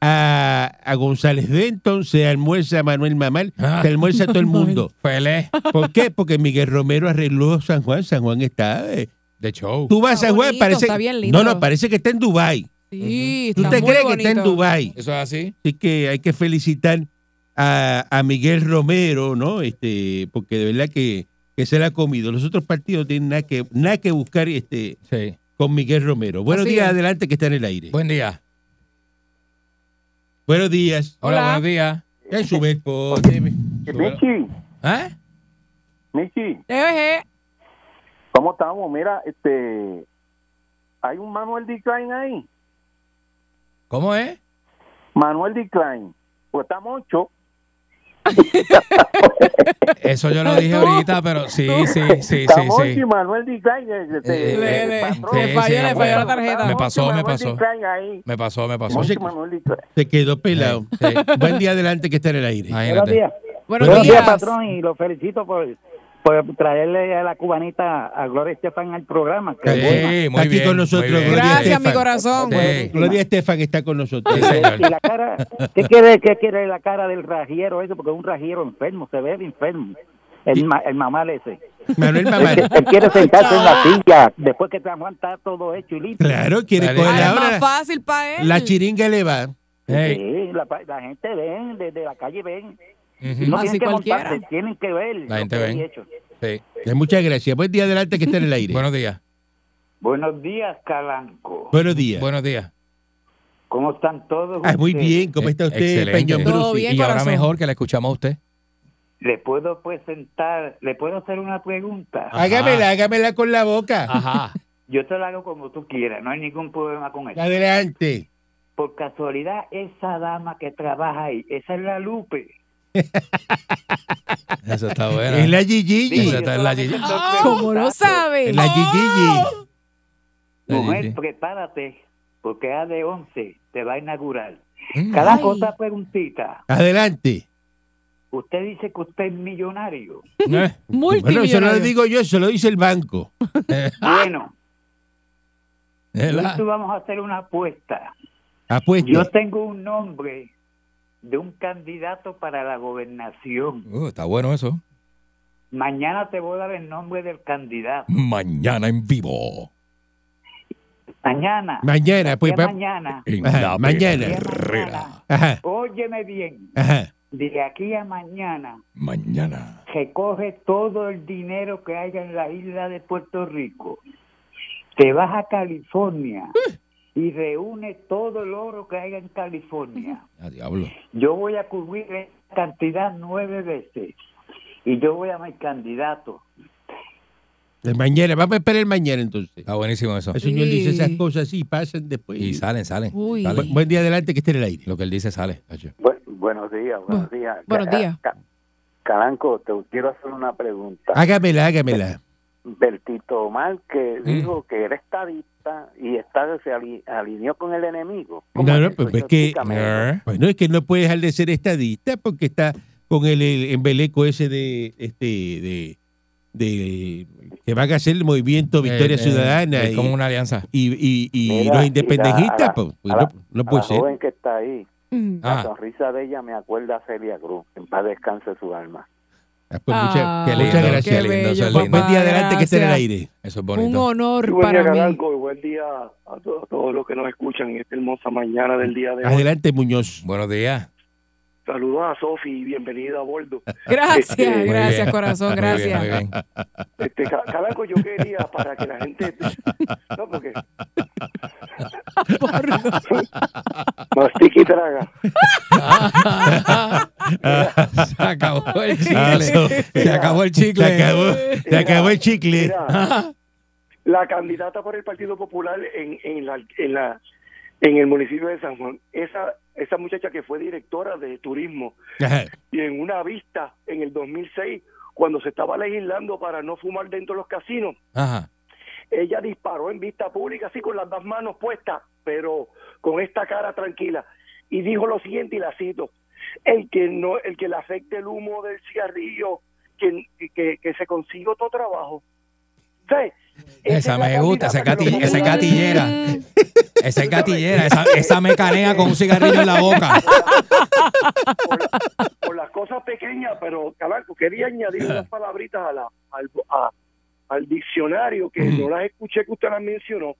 a, a González Denton, se almuerza a Manuel Mamal,
Ah.
se almuerza a todo
[LAUGHS]
el mundo. [LAUGHS]
Pelé
¿Por qué? Porque Miguel Romero arregló San Juan. San Juan está. eh,
de show.
Tú vas
Está
a San Juan,
bonito,
parece.
está bien lindo.
no, no, parece que está en Dubái.
Sí,
¿Tú
está
te
muy
crees que
bonito.
está en Dubái?
Eso es así.
Así que hay que felicitar a, a Miguel Romero, ¿no? Este, porque de verdad que, que se la ha comido. Los otros partidos tienen nada que, nada que buscar este,
Sí.
con Miguel Romero. Buenos
Así
días,
es.
adelante que está en el aire.
Buen día.
Buenos días.
Hola,
Hola.
buenos días.
Ya
Este,
sube el pote.
Michi,
¿Eh?
Michi,
Eje,
¿cómo estamos? Mira, este, hay un Manuel D. Klein ahí.
¿Cómo es?
Manuel D. Klein. Pues está moncho.
Eso yo lo dije ahorita, pero sí, sí, sí, sí,
Está moncho
sí.
y Manuel D. Klein. Este,
Eh,
le-
eh,
le-
patrón.
sí,
le falló,
sí,
le
bueno.
falló la tarjeta.
Me pasó,
Moncho y
me
Manuel
pasó.
D. Klein ahí.
Me pasó, me pasó.
Moncho
Oye,
y Manuel D. Klein.
Se quedó pelado.
Sí, sí.
Buen día, adelante que está en el aire.
Imagínate.
Buenos
Buenos
días.
días, patrón, y lo felicito por, por traerle a la cubanita a Gloria Estefan al programa. que
Qué
es
bueno.
buena.
muy
Está aquí
bien,
con
muy
nosotros,
bien.
Gloria
Gracias, mi
Estefan.
corazón.
Sí.
Gloria Estefan está con nosotros.
Sí, señor.
Eh, Y la cara, ¿qué quiere, ¿qué quiere la cara del rajiero eso? Porque es un rajiero enfermo, se ve de enfermo. El, ma- el mamal ese.
Manuel
Él,
Este,
Mamal.
que- él quiere sentarse en la silla después que San Juan está todo hecho y limpio.
Claro, quiere
Dale.
coger
Ah, es
ahora.
más
La,
fácil para él.
la chiringa le va.
Hey.
Sí, la, pa- la gente ven, desde la calle ven.
Ujú.
No
Ah,
tienen
sí,
que
cualquiera.
montarse, tienen que ver.
La
lo
gente
que
ven.
hay hecho.
Sí.
Ya, Eh, Muchas gracias. Buen día, adelante que está en el aire.
Buenos días.
Buenos días, Calanco.
Buenos días.
Buenos días.
¿Cómo están todos?
Ah, muy
ustedes?
bien, ¿cómo está usted,
Excelente.
Peñón
Todo
Brusi?
bien.
Y ahora
corazón.
mejor que la escuchamos a usted.
le puedo presentar, le puedo hacer una pregunta.
Ah.
Hágamela, hágamela con la boca.
Ajá.
Yo te la hago como tú quieras, no hay ningún problema con eso.
Adelante.
Por casualidad, esa dama que trabaja ahí, esa es la Lupe.
[LAUGHS]
Eso está bueno.
Es la Gigi.
Digo,
Esa
yo
está en la
solamente
Gigi.
estoy
Como
preguntando.
lo Ah, Oh, sabe. Oh,
Es la Gigi.
Mujer,
Sí, sí.
prepárate, porque a de 11 te va a inaugurar.
Mm.
Cada
Ay.
cosa preguntita.
Adelante.
Usted dice que usted
[LAUGHS]
es millonario.
Eh,
Bueno, eso no lo
Multimillonario.
digo yo, eso lo dice el banco.
Bueno,
Ah. es la-
nosotros vamos a hacer una apuesta.
Apuesto.
Yo tengo un nombre de un candidato para la gobernación.
Uh, está bueno eso.
Mañana te voy a dar el nombre del candidato.
Mañana en vivo.
Mañana.
Mañana, pues.
ya
va-
mañana.
En
Ajá,
la
mañana.
ya
Herrera.
mañana.
Ajá,
Óyeme bien.
ajá.
De aquí a mañana
Mañana.
recoge todo el dinero que haya en la isla de Puerto Rico. Te vas a California y reúne todo el oro que haya en California.
A diablo.
Yo voy a cubrir esa cantidad nueve veces. Y yo voy a mi candidato.
El mañana, vamos a esperar el mañana entonces.
Está buenísimo eso.
El señor dice esas
Sí.
cosas y pasan después.
Y salen, salen.
Uy.
salen.
Bu- Buen día, adelante que esté en el aire.
Lo que él dice sale. tacho.
buenos días,
buenos
buenos días.
buenos días.
Calanco, te quiero hacer una pregunta.
Hágamela, hágamela.
Bertito Mal que
Mm.
dijo que era estadista y está se ali- alineó con el enemigo. ¿Cómo
No, no,
es
pues
eso?
es que.
Explícame eso.
Bueno, es que no puede dejar de ser estadista porque está con el, el embeleco ese de. este de, de que van a hacer el movimiento Victoria
Eh, eh,
Ciudadana.
Es
y-
como una alianza.
y, y, y
Mira,
los
y
independentistas,
la- a la-
pues, pues
a
no,
la-
no
A la
puede ser.
joven que está ahí,
Mm.
la
Ah.
sonrisa de ella me acuerda a Celia Cruz. En paz descanse su alma.
Ah, pues, muchas-
Ah,
Qué
muchas
lindo,
gracias.
qué lindo, eso es
bello,
lindo.
Buen
papá,
día adelante que esté en el
gracias.
aire.
Eso es
Un
bonito.
honor
Buen día,
para mí.
Calanco, y buen día a to- a todos los que nos escuchan en esta hermosa mañana del día de hoy.
Adelante,
[LAUGHS]
Muñoz.
Buenos días.
Saludos a Sofi y bienvenida a bordo. Muy
Gracias,
bien.
gracias, corazón,
Muy bien, muy
[LAUGHS] gracias.
bien.
Este, Ca- Calanco, yo quería para que la gente... [LAUGHS] No, porque... Mastique y traga.
[LAUGHS] Se acabó el
Ah,
chicle.
so-
Se acabó el
Se
chicle.
acabó, se acabó el chicle.
Mira, La candidata por el Partido Popular en, en, la, en, la, en el municipio de San Juan, esa, esa muchacha que fue directora de turismo,
Ajá.
y en una vista en el 2006, cuando se estaba legislando para no fumar dentro de los casinos,
Ajá.
ella disparó en vista pública, así con las dos manos puestas, pero con esta cara tranquila. Y dijo lo siguiente, y la cito, el que, no, el que le afecte el humo del cigarrillo, que, que, que se consiga otro trabajo. ¿Sabes? Esa
Esa
es la
me gusta, esa,
candidata que
gati-
los
esa es
populares-
gatillera. Esa es gatillera, esa, esa me canea con un cigarrillo en la boca.
por, por las cosas pequeñas, pero Calanco, quería añadir unas palabritas a la, al, a- al diccionario que
Mm.
no las escuché que usted las mencionó.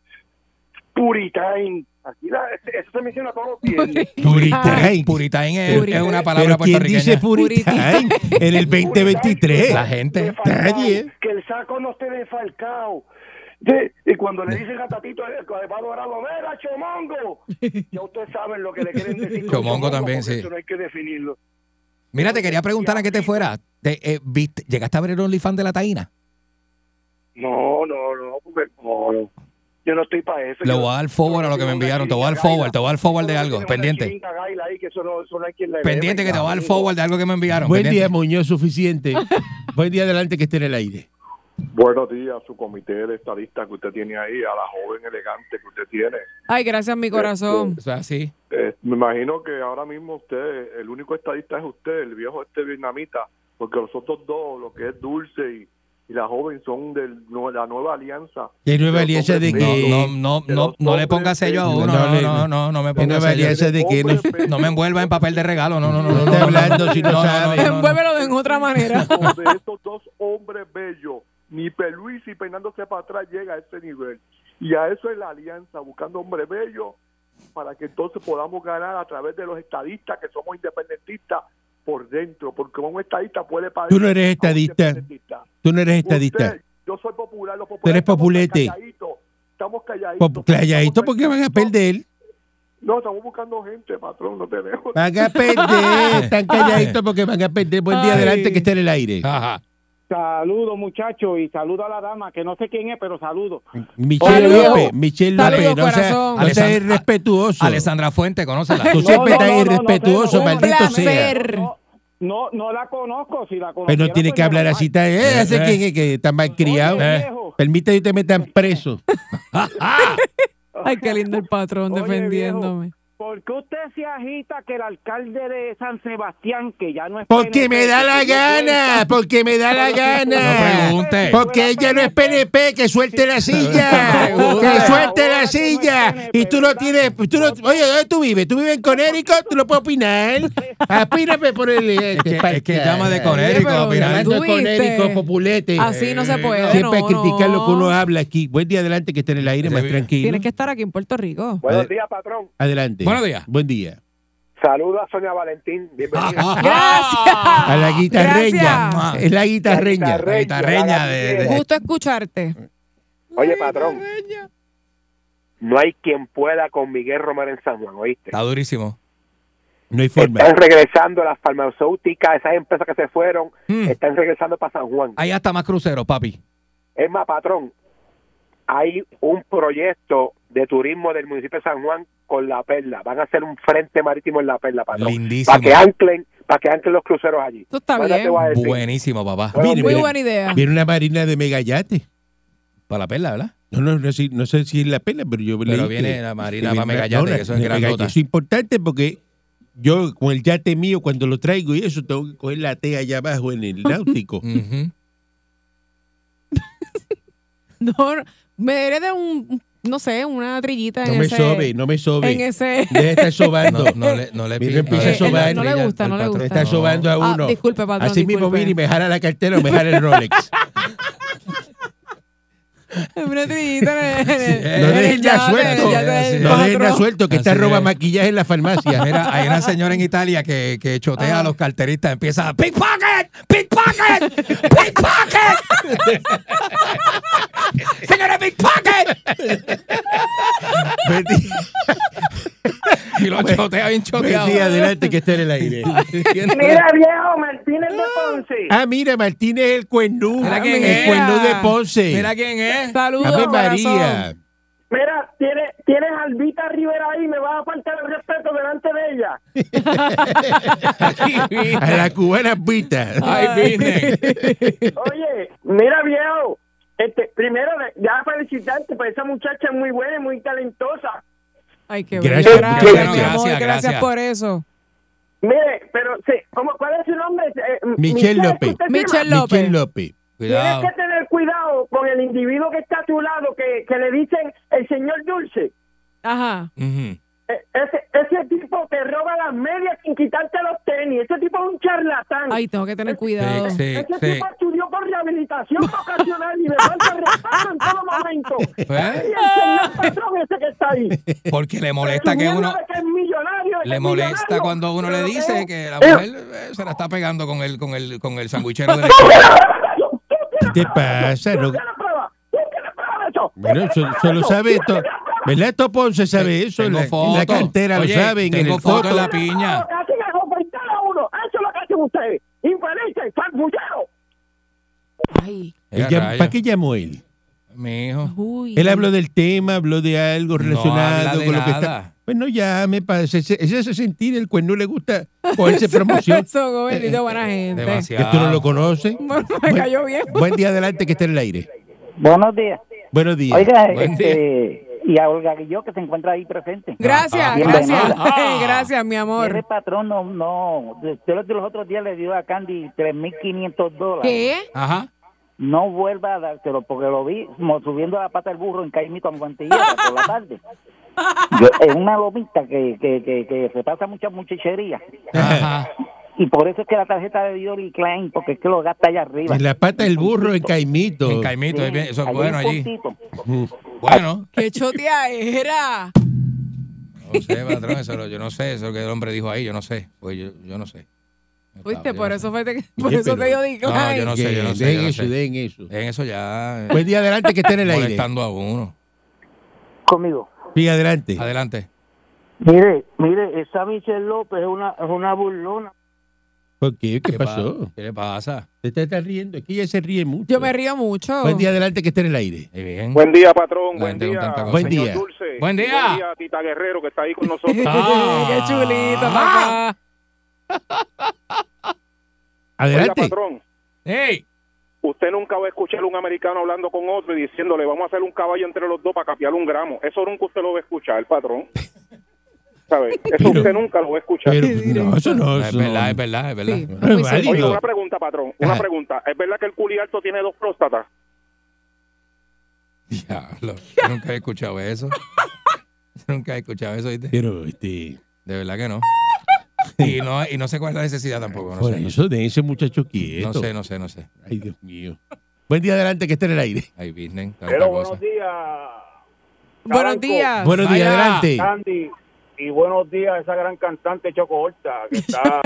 Puritain. Aquí la, eso se menciona todos los viernes.
Puritain.
Puritain es,
Puritain.
es una palabra
Pero ¿quién dice
puertorriqueña.
¿eh?
puritain en el 2023?
La gente.
Defalcao,
Nadie, ¿eh?
que el saco no esté desfalcado. De- y cuando le dicen a Tatito el Eduardo Dorado,
[LAUGHS]
¡Mira, Chomongo! Ya ustedes saben lo que le quieren decir. con
Chomongo también,
porque
sí.
Eso no hay que definirlo.
Mira, te quería preguntar a qué te fuera. Te, eh, viste- ¿Llegaste a ver el OnlyFans de la Taína?
No, no, no, porque no, no. Yo no estoy para eso.
Le
Yo-
voy a dar forward a lo que me enviaron. Te voy a dar forward, te voy a dar forward de algo. Pendiente. Pendiente que te voy a dar forward de algo que me enviaron.
Buen día,
pendiente.
Muñoz, suficiente. Buen día, adelante, que esté en el aire.
Buenos días a su comité de estadistas que usted tiene ahí, a la joven elegante que usted tiene.
Ay, gracias, mi corazón.
O sea, sí.
Eh, me imagino que ahora mismo usted, el único estadista es usted, el viejo este vietnamita, porque los otros dos, lo que es Dulce y, y la joven, son de la nueva alianza.
De nueva
Pero
alianza de
sobre-
que.
No, no, no, no, no le pongas sello a uno. No, no, no, no, no me
de
pongas
nueva alianza
sello.
de que. No,
Hombre,
No me envuelva en papel de regalo. No, no, no.
No
no,
está
no,
hablando
no,
si no
no, no,
sabe.
no, no.
Envuélvelo de otra manera.
[LAUGHS]
de estos dos hombres bellos, ni Peluís y peinándose para atrás llega a ese nivel. Y a eso es la alianza, buscando hombres bellos para que entonces podamos ganar a través de los estadistas que somos independentistas por dentro, porque un estadista puede pagar.
Tú no eres estadista. Tú no eres estadista.
yo soy popular, los populares.
Tú eres
estamos
populete.
calladitos, Estamos calladitos.
Po- Calladito porque van a perder.
No, estamos buscando gente, patrón, no tenemos.
Van a
[LAUGHS]
perder. Están calladitos porque van a perder. Buen día,
Ay. Ah.
adelante, que esté en el aire.
Ajá.
Saludos, muchachos, y saludo a la dama, que no sé quién es, pero saludo.
Michelle
Saludos.
López. Michelle
Saludos,
López. No seas
corazón.
no seas
Alexand-
irrespetuoso.
Alessandra Fuente, conócela.
Tú siempre estás
no, no,
irrespetuoso,
no,
maldito
no, no,
sea.
placer.
No, no, no la conozco, si la pues
Pero
conozco.
Pues no tienes que hablar así. tan- Eh, ese
Eh.
quién es que está mal criado.
Eh.
Permite que te metan [LAUGHS] preso.
Ay, qué lindo el patrón
Oye,
defendiéndome.
¿Por qué usted se agita que el alcalde de San Sebastián, que ya no es...
Porque
PNP,
me da la
que yo
gana, porque me da [LAUGHS] la
No
gana.
pregunte.
Porque ella no es PNP, que suelte la [LAUGHS] silla, que suelte la silla. Y tú no tienes, tú no- oye, ¿dónde tú vives? ¿Tú vives en Connecticut? ¿Tú no puedes opinar? Apíname por el... este,
Es que, es que llama de Conérico
pero-
a opinar.
Tú
Hablando de
viste.
Connecticut, populete.
Así no se puede.
Siempre
no,
criticar
no.
lo que uno habla aquí. Buen día, adelante, que esté en el aire, más tranquilo.
Tienes que estar aquí en Puerto Rico.
Buenos días, patrón.
Adelante.
Buenos días.
Buen día.
Saludos a Sonia Valentín. Bienvenida.
Ah. Gracias.
A la guitarreña.
Gracias.
Es la guitarreña.
La guitarreña de- de-
Gusto escucharte.
Oye, patrón. No hay quien pueda con Miguel Romero en San Juan, ¿oíste?
Está durísimo.
No hay forma.
Están regresando las farmacéuticas, esas empresas que se fueron,
Mm.
están regresando para San Juan.
Hay hasta más cruceros, papi.
Es más, patrón, hay un proyecto de turismo del municipio de San Juan con La Perla. Van a hacer un frente marítimo en La Perla, patrón.
Lindísimo.
Para que anclen, para que anclen los cruceros allí.
Eso está
Ahora
bien.
te voy a decir.
Buenísimo, papá.
Bueno,
Mire,
Muy
mire.
buena idea.
Viene una marina de megayate.
Para la perla, ¿verdad?
No, no, no, sé- no sé si es la pela, pero yo
Pero
leí
viene
que-
la
que
Marina
viene
para
una-
Megayate,
no,
que eso
una
es grandota.
Megayate. Eso es importante porque yo con el yate mío, cuando lo traigo y eso, tengo que coger la T allá abajo
[LAUGHS]
en el náutico.
Ujú.
No, [LAUGHS] no, me debería de un, no sé, una trillita
No
en,
me
ese,
sobe, no me
en
sobe.
ese. [LAUGHS]
Deja de estar sobando.
No, no le, no le Eh,
Mira,
pi- no
empieza
Eh,
le-
a sobar.
No le
ella-
gusta, no
el
le
patrón.
gusta.
Está sobando a
Ah,
uno.
disculpe, patrón.
Así mismo
disculpe.
viene y me jala la cartera o me jala el Rolex.
[LAUGHS] Una trillita en el. en el-
No
Eh,
en el
dejes
yate,
nada suelto.
en el yate del
Sí,
No dejen nada
patrón.
suelto, que
Así
está roba
es.
maquillaje en la farmacia. Ah.
Mira, hay una señora en Italia que, que chotea a los carteristas. Empieza a pickpocket, pickpocket,
[LAUGHS]
pickpocket. Señora pickpocket.
Buen día.
Y lo chotea bien choteado.
Sí, adelante, que está en el aire.
Mira, viejo, Martínez de Ponce.
Ah, mira, Martínez es el cuernú. Ah,
Mira quién
el
es.
cuernú de Ponce.
Mira quién es.
Saludos,
Ave
corazón.
[LAUGHS]
María.
Mira, tienes, tienes a Albita Rivera ahí, me vas a faltar el respeto delante de ella.
A la cubana Vita.
Ay, business.
Oye, Eh, mira, viejo, este, primero, ya felicitarte, pues esa muchacha es muy buena y muy talentosa.
Ay, qué
Gracias,
bueno. Gracias,
gracias,
mi amor, gracias,
gracias, gracias.
por eso.
Mire, pero, sí, ¿cómo, ¿cuál es su nombre? Eh,
Michelle López.
¿usted se
Michelle
llama?
López.
Michel López.
Cuidado.
Tienes que tener cuidado con el individuo que está a tu lado, que, que le dicen el señor Dulce.
Ajá.
Ujú.
Eh, Ese, ese tipo te roba las medias sin quitarte los tenis. Ese tipo es
[LAUGHS]
un charlatán.
Ay, tengo que tener cuidado.
Sí,
ese
sí.
tipo estudió por rehabilitación vocacional y me falta respeto en todo momento.
¿Eh?
Y el señor patrón ese que está ahí.
Porque le molesta que
Presumiendo
uno.
de que es millonario, de que
Le
es
molesta
millonario.
cuando uno le
Pero
dice
es-
que la
es-
mujer eh, se la está pegando con el, con el, con el sandwichero
[LAUGHS]
de la
¿Qué te pasa?
¿Tú
No-
tienes prueba? ¿Tú tienes prueba de eso? ¿Tú
Bueno,
tienes
so-
prueba de
solo
eso?
sabe
¿Tú
esto.
tienes prueba?
¿Verdad? Esto Ponce sabe eso. en
Tengo
la, en la
foto.
cantera
Oye,
lo saben. En
tengo
el
foto en
foto.
la piña.
Lo que hacen es ofender a uno. Eso es lo que hacen ustedes. Infelices, farfulleros.
Ay,
Mira,
Ella-
rayos.
¿Para qué llamó él?
Mi hijo.
uy.
Él habló del tema, habló de algo relacionado
habla de
con lo que
nada.
está. Bueno, llame para ese, ese, ese sentir. El cuerno le gusta
[LAUGHS]
cogerse promoción.
[LAUGHS] Eso, gobernito, buena gente.
Que tú no lo
Demasiado.
conoces.
Bueno, [LAUGHS] me cayó bien.
Buen día adelante que esté en el aire.
Buenos días.
Buenos días.
Oiga,
Buen
este, y a Olga Guilló que se encuentra ahí presente.
Gracias,
Ah,
gracias. [LAUGHS]
bienvenida.
Hey, gracias, mi
Ese
amor.
patrón no, no, yo los los otros días le dio a Candy 3.500 dólares.
¿Qué?
Ajá.
No vuelva a dárselo porque lo vi como subiendo la pata del burro en Caimito en Guantillera por la tarde. Yo- es una lomita que, que, que, que se pasa mucha muchachería.
Eh.
Ajá.
Y por eso es que la tarjeta de Diori Klein, porque es que lo gasta allá arriba.
En la pata del burro en Caimito.
En Caimito, es bien- eso es
Allí
bueno
en
allí.
Puntito.
Bueno,
¿Qué chotea era?
no sé, patrón, eso lo- yo no sé, eso que el hombre dijo ahí, yo no sé. Pues yo, yo no sé. No
Viste,
estaba, yo
por
no
eso
sé.
fue que- por
Oye,
eso
pero-
te dio decline.
yo no sé, yo no sé,
den
yo no
eso,
sé.
den eso.
En eso ya. eh,
Buen día adelante que esté
[LAUGHS]
en Pues, el aire.
molestando a uno.
Conmigo.
Sí, adelante.
Adelante.
Mire, mire, esa Michelle López es una, es una burlona.
¿Por qué? ¿Qué
pa-
pasó?
¿Qué le pasa?
Te está, está riendo. Es que ella se ríe mucho.
Yo me río mucho.
Buen día adelante que esté en el aire.
Eh, bien.
Pues,
Buen día, patrón.
La
Buen
gente con
día.
tanta cosa.
Buen
señor
día.
Dulce.
Buen día.
Buen día, Tita Guerrero, que está ahí con nosotros.
[LAUGHS]
[LAUGHS]
Qué chulito, papá.
Oiga,
Adelante.
patrón.
¡Ey!
Usted nunca va a escuchar a un americano hablando con otro y diciéndole, vamos a hacer un caballo entre los dos para capear un gramo. Eso nunca usted lo va a escuchar,
[LAUGHS]
patrón. ¿Sabe? Eso usted nunca lo va a escuchar.
Pero, no, eso no.
Es
eso
verdad,
no.
es verdad, es verdad.
Sí.
No es válido.
Oye, una pregunta, patrón. Una
Ajá.
pregunta. ¿Es verdad que el culi alto tiene dos próstatas?
Diablo, yo nunca he escuchado eso. Yo nunca he escuchado eso, ¿viste?
Pero, este,
De verdad que no. Y no, y no sé cuál es la necesidad tampoco. No
por
sé, no sé,
eso de ese muchacho
no
quieto.
sé, no sé, no sé.
Ay, Dios mío. Buen día adelante que esté en el aire.
Hay business, tanta
Pero
cosa.
buenos días,
Buenos días.
Buenos días
Ah, Vaya.
adelante.
Candy. Y buenos días a esa gran cantante Choco Horta
[LAUGHS]
que está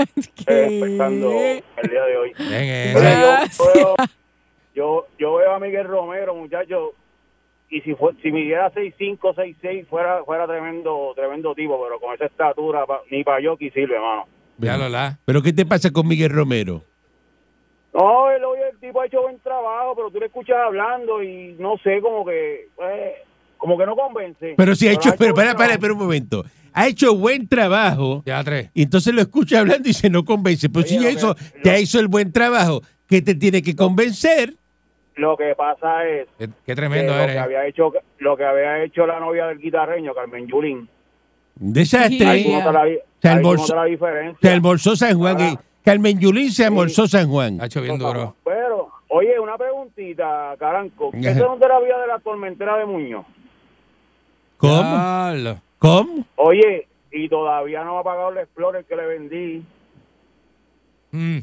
eh, despertando [LAUGHS] el día de hoy.
Ven, eh,
Oye, yo
Gracias.
veo- yo, yo veo a Miguel Romero, muchachos, y si fue, si midiera 6'5", 6'6", fuera fuera tremendo tremendo tipo, pero con esa estatura pa- ni para yo sirve, hermano.
ya lo la.
Pero, ¿qué te pasa con Miguel Romero?
No, el, oye, el tipo ha hecho buen trabajo, pero tú le escuchas hablando y no sé, como que eh, como que no convence.
Pero si ha hecho. Pero,
buen
para, para,
trabajo.
pero un momento. Ha hecho buen trabajo.
Ya tres.
Y entonces lo escucha hablando y se no convence. Pues
Oye,
si ya
lo que-
hizo,
lo-
ya hizo el buen trabajo, que te tiene que convencer.
Lo que pasa es
Qué, qué
que
tremendo
lo que
eres.
había hecho lo que había hecho la novia del guitarreño, Carmen Yulín.
Un desastre.
Ahí tú nota la, vi-
Se
ahí tú
almorzó-
nota la diferencia.
Se almorzó San Juan. y- Carmen Yulín se almorzó San Juan.
Ah. Ha hecho bien duro.
Pero, oye, una preguntita, Caranco. ¿Qué es
Ajá.
donde la vía de la tormentera de Muñoz?
¿Cómo?
Diablo.
¿Cómo?
Oye, y todavía no me ha pagado el Explorer que le vendí.
Mm,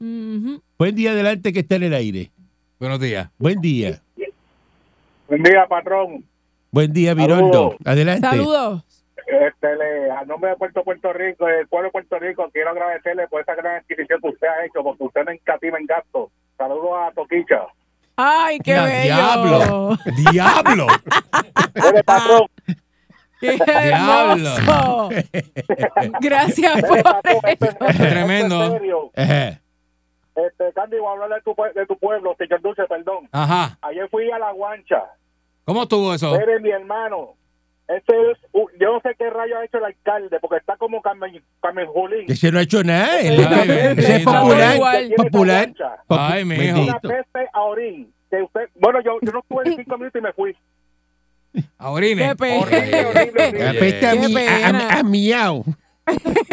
Ujú.
Buen día adelante que está en el aire.
buenos días.
Buen día.
Buen día, patrón.
Buen día, Viroldo.
Saludos.
Adelante.
Saludos.
Este, le, al nombre de Puerto Puerto Rico, del pueblo de Puerto Rico, quiero agradecerle por esa gran adquisición que usted ha hecho, porque usted no encatima en gasto. Saludos a Toquicha.
Ay, qué
Ya,
bello.
diablo. ¡Diablo!
Oye, patrón,
[LAUGHS] ¡Qué
Diablo.
hermoso! [LAUGHS] Gracias por
[LAUGHS]
Es tremendo.
este serio.
Ejé.
Este, Candy, voy a hablar de tu, pue- de tu pueblo, señor Dulce, perdón.
Ajá.
Ayer fui a La Guancha.
¿Cómo estuvo eso?
Eres mi hermano. Ese es, u- yo no sé qué rayo ha hecho el alcalde, porque está como Carmen, Carmen Julín.
Que se no ha hecho nada.
Ay,
Él es-
bendito.
ese es popular.
Igual.
Popular. popu-
Ay, mijo.
Una
bendito.
peste a orín. este Que usted, bueno, yo, yo no estuve ni cinco minutos y me fui.
Aurine.
Qué pena.
Horrible, horrible, horrible.
Apesta a,
Qué
mi- a- a-
pena.
a
[LAUGHS]
miau.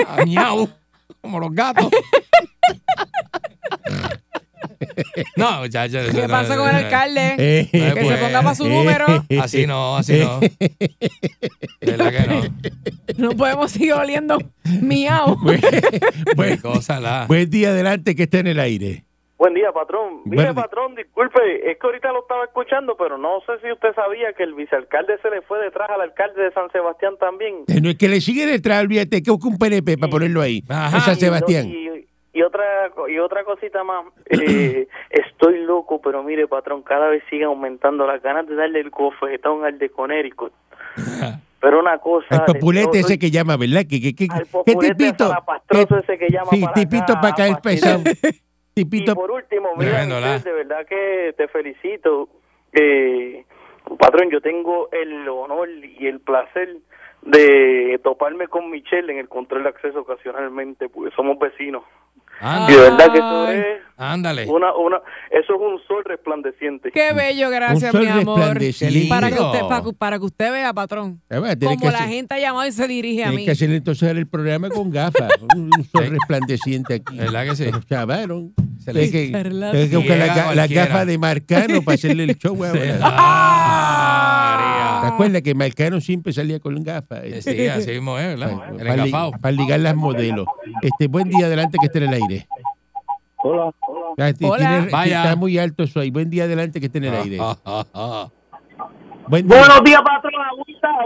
Ah, miau. Como
[LAUGHS]
los gatos. No, muchachos. eso
¿Qué
no-
pasa con el alcalde?
Eh,
No
Que se ponga para su número.
Así no, así no. De
[LAUGHS]
verdad que no.
No podemos seguir oliendo miau.
Buen,
Qué
buen-
cosa la.
[LAUGHS] buen día adelante que esté en el aire.
Buen día, patrón. Mire,
Verde.
patrón, disculpe, es que ahorita lo estaba escuchando, pero no sé si usted sabía que el vicealcalde se le fue detrás al alcalde de San Sebastián también.
Eh, No es que le sigue detrás, olvídate, que busca un PNP para ponerlo ahí.
Ajá.
En San Sebastián.
Y, y otra co- y otra cosita más.
[COUGHS]
Eh, estoy loco, pero mire, patrón, cada vez siguen aumentando las ganas de darle el cofetón al
[LAUGHS]
de Connecticut. Pero una cosa...
Al populete
estoy-
ese que llama, ¿verdad? Que, que, que-
Al
que
populete
tipito.
zarapastroso
que-
ese que llama
sí,
para
tipito
acá,
para caer
para-
pesado.
Y
tipito.
por último, mira,
Tremendo,
Michelle,
¿la?
de verdad que te felicito. Eh, patrón, yo tengo el honor y el placer de toparme con Michelle en el control de acceso ocasionalmente, porque somos vecinos. Y
Ándale,
de verdad que eso
Ay.
es
ándale.
una, una, eso es un sol resplandeciente.
Qué bello, gracias,
Un sol
mi amor.
resplandeciente.
Para que, usted,
Lindo.
para, que- para que usted vea, patrón,
Ah, bueno, tienes
como
que
la
hacer-
gente ha llamado y se dirige a
Tienes
mí.
que hacer entonces el programa con
[LAUGHS]
gafas. Un un sol resplandeciente aquí.
¿Verdad
[LAUGHS]
que sí?
Los chavaron.
Se
Tienes que,
Perla.
tienes que buscar las
Ciega
ga- las
cualquiera.
gafas de Marcano para hacerle el
[LAUGHS]
show. ahora.
Ah,
¿Te acuerdas que Marcano siempre salía con gafas?
María.
Este,
Sí, así mismo es, ¿verdad?
bueno,
El
para, li-
engafado.
para ligar las modelos. Este, buen día, adelante que esté en el aire.
Hola.
Ah, este,
Hola.
tiene-
Vaya.
Está muy alto eso ahí. Buen día, adelante que esté en el aire.
Ah, ah, ah.
Buen día.
Buenos días, patrón.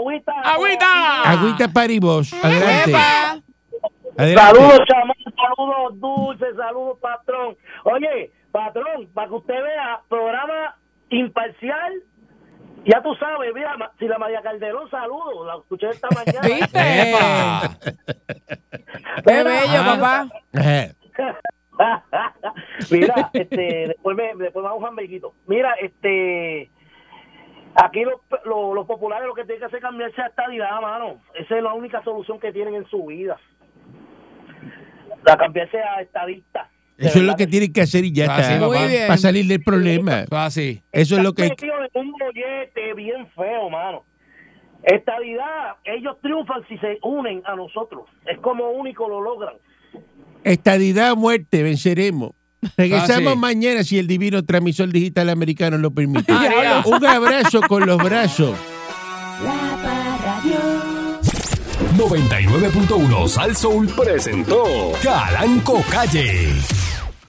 Agüita, agüita.
Agüita Paribos. Adelante.
¡Epa!
adelante.
Saludos, chamán. Saludos, dulce. Saludos, patrón. Oye, patrón, para que usted vea, programa imparcial. Ya tú sabes, mira, ma- si la María Calderón, saludos. La escuché esta mañana.
¿Viste?
¡Epa!
Qué
Mira,
bello,
Ah.
papá.
Ajá.
[LAUGHS] Mira, este, después me, después me hago un jambeguito. Mira, este, aquí los, los, los populares lo que tienen que hacer es cambiarse a estadidad, mano. Esa es la única solución que tienen en su vida. La cambiarse a estadista. De
Eso es lo
verdad
que tienen que hacer y ya
Ah, sí,
está.
papá.
Muy bien.
Para salir del problema.
Eso así.
Eso es lo que.
Están metidos en un bollete bien feo, mano. Estadidad, ellos triunfan si se unen a nosotros. Es como único lo logran.
Estadidad o muerte, venceremos. Regresamos
Ah, sí.
mañana si el divino transmisor digital americano lo permite.
Ah, diablo.
Un abrazo con los brazos.
La Parradio.
99.1 Sal Soul presentó Calanco Calle.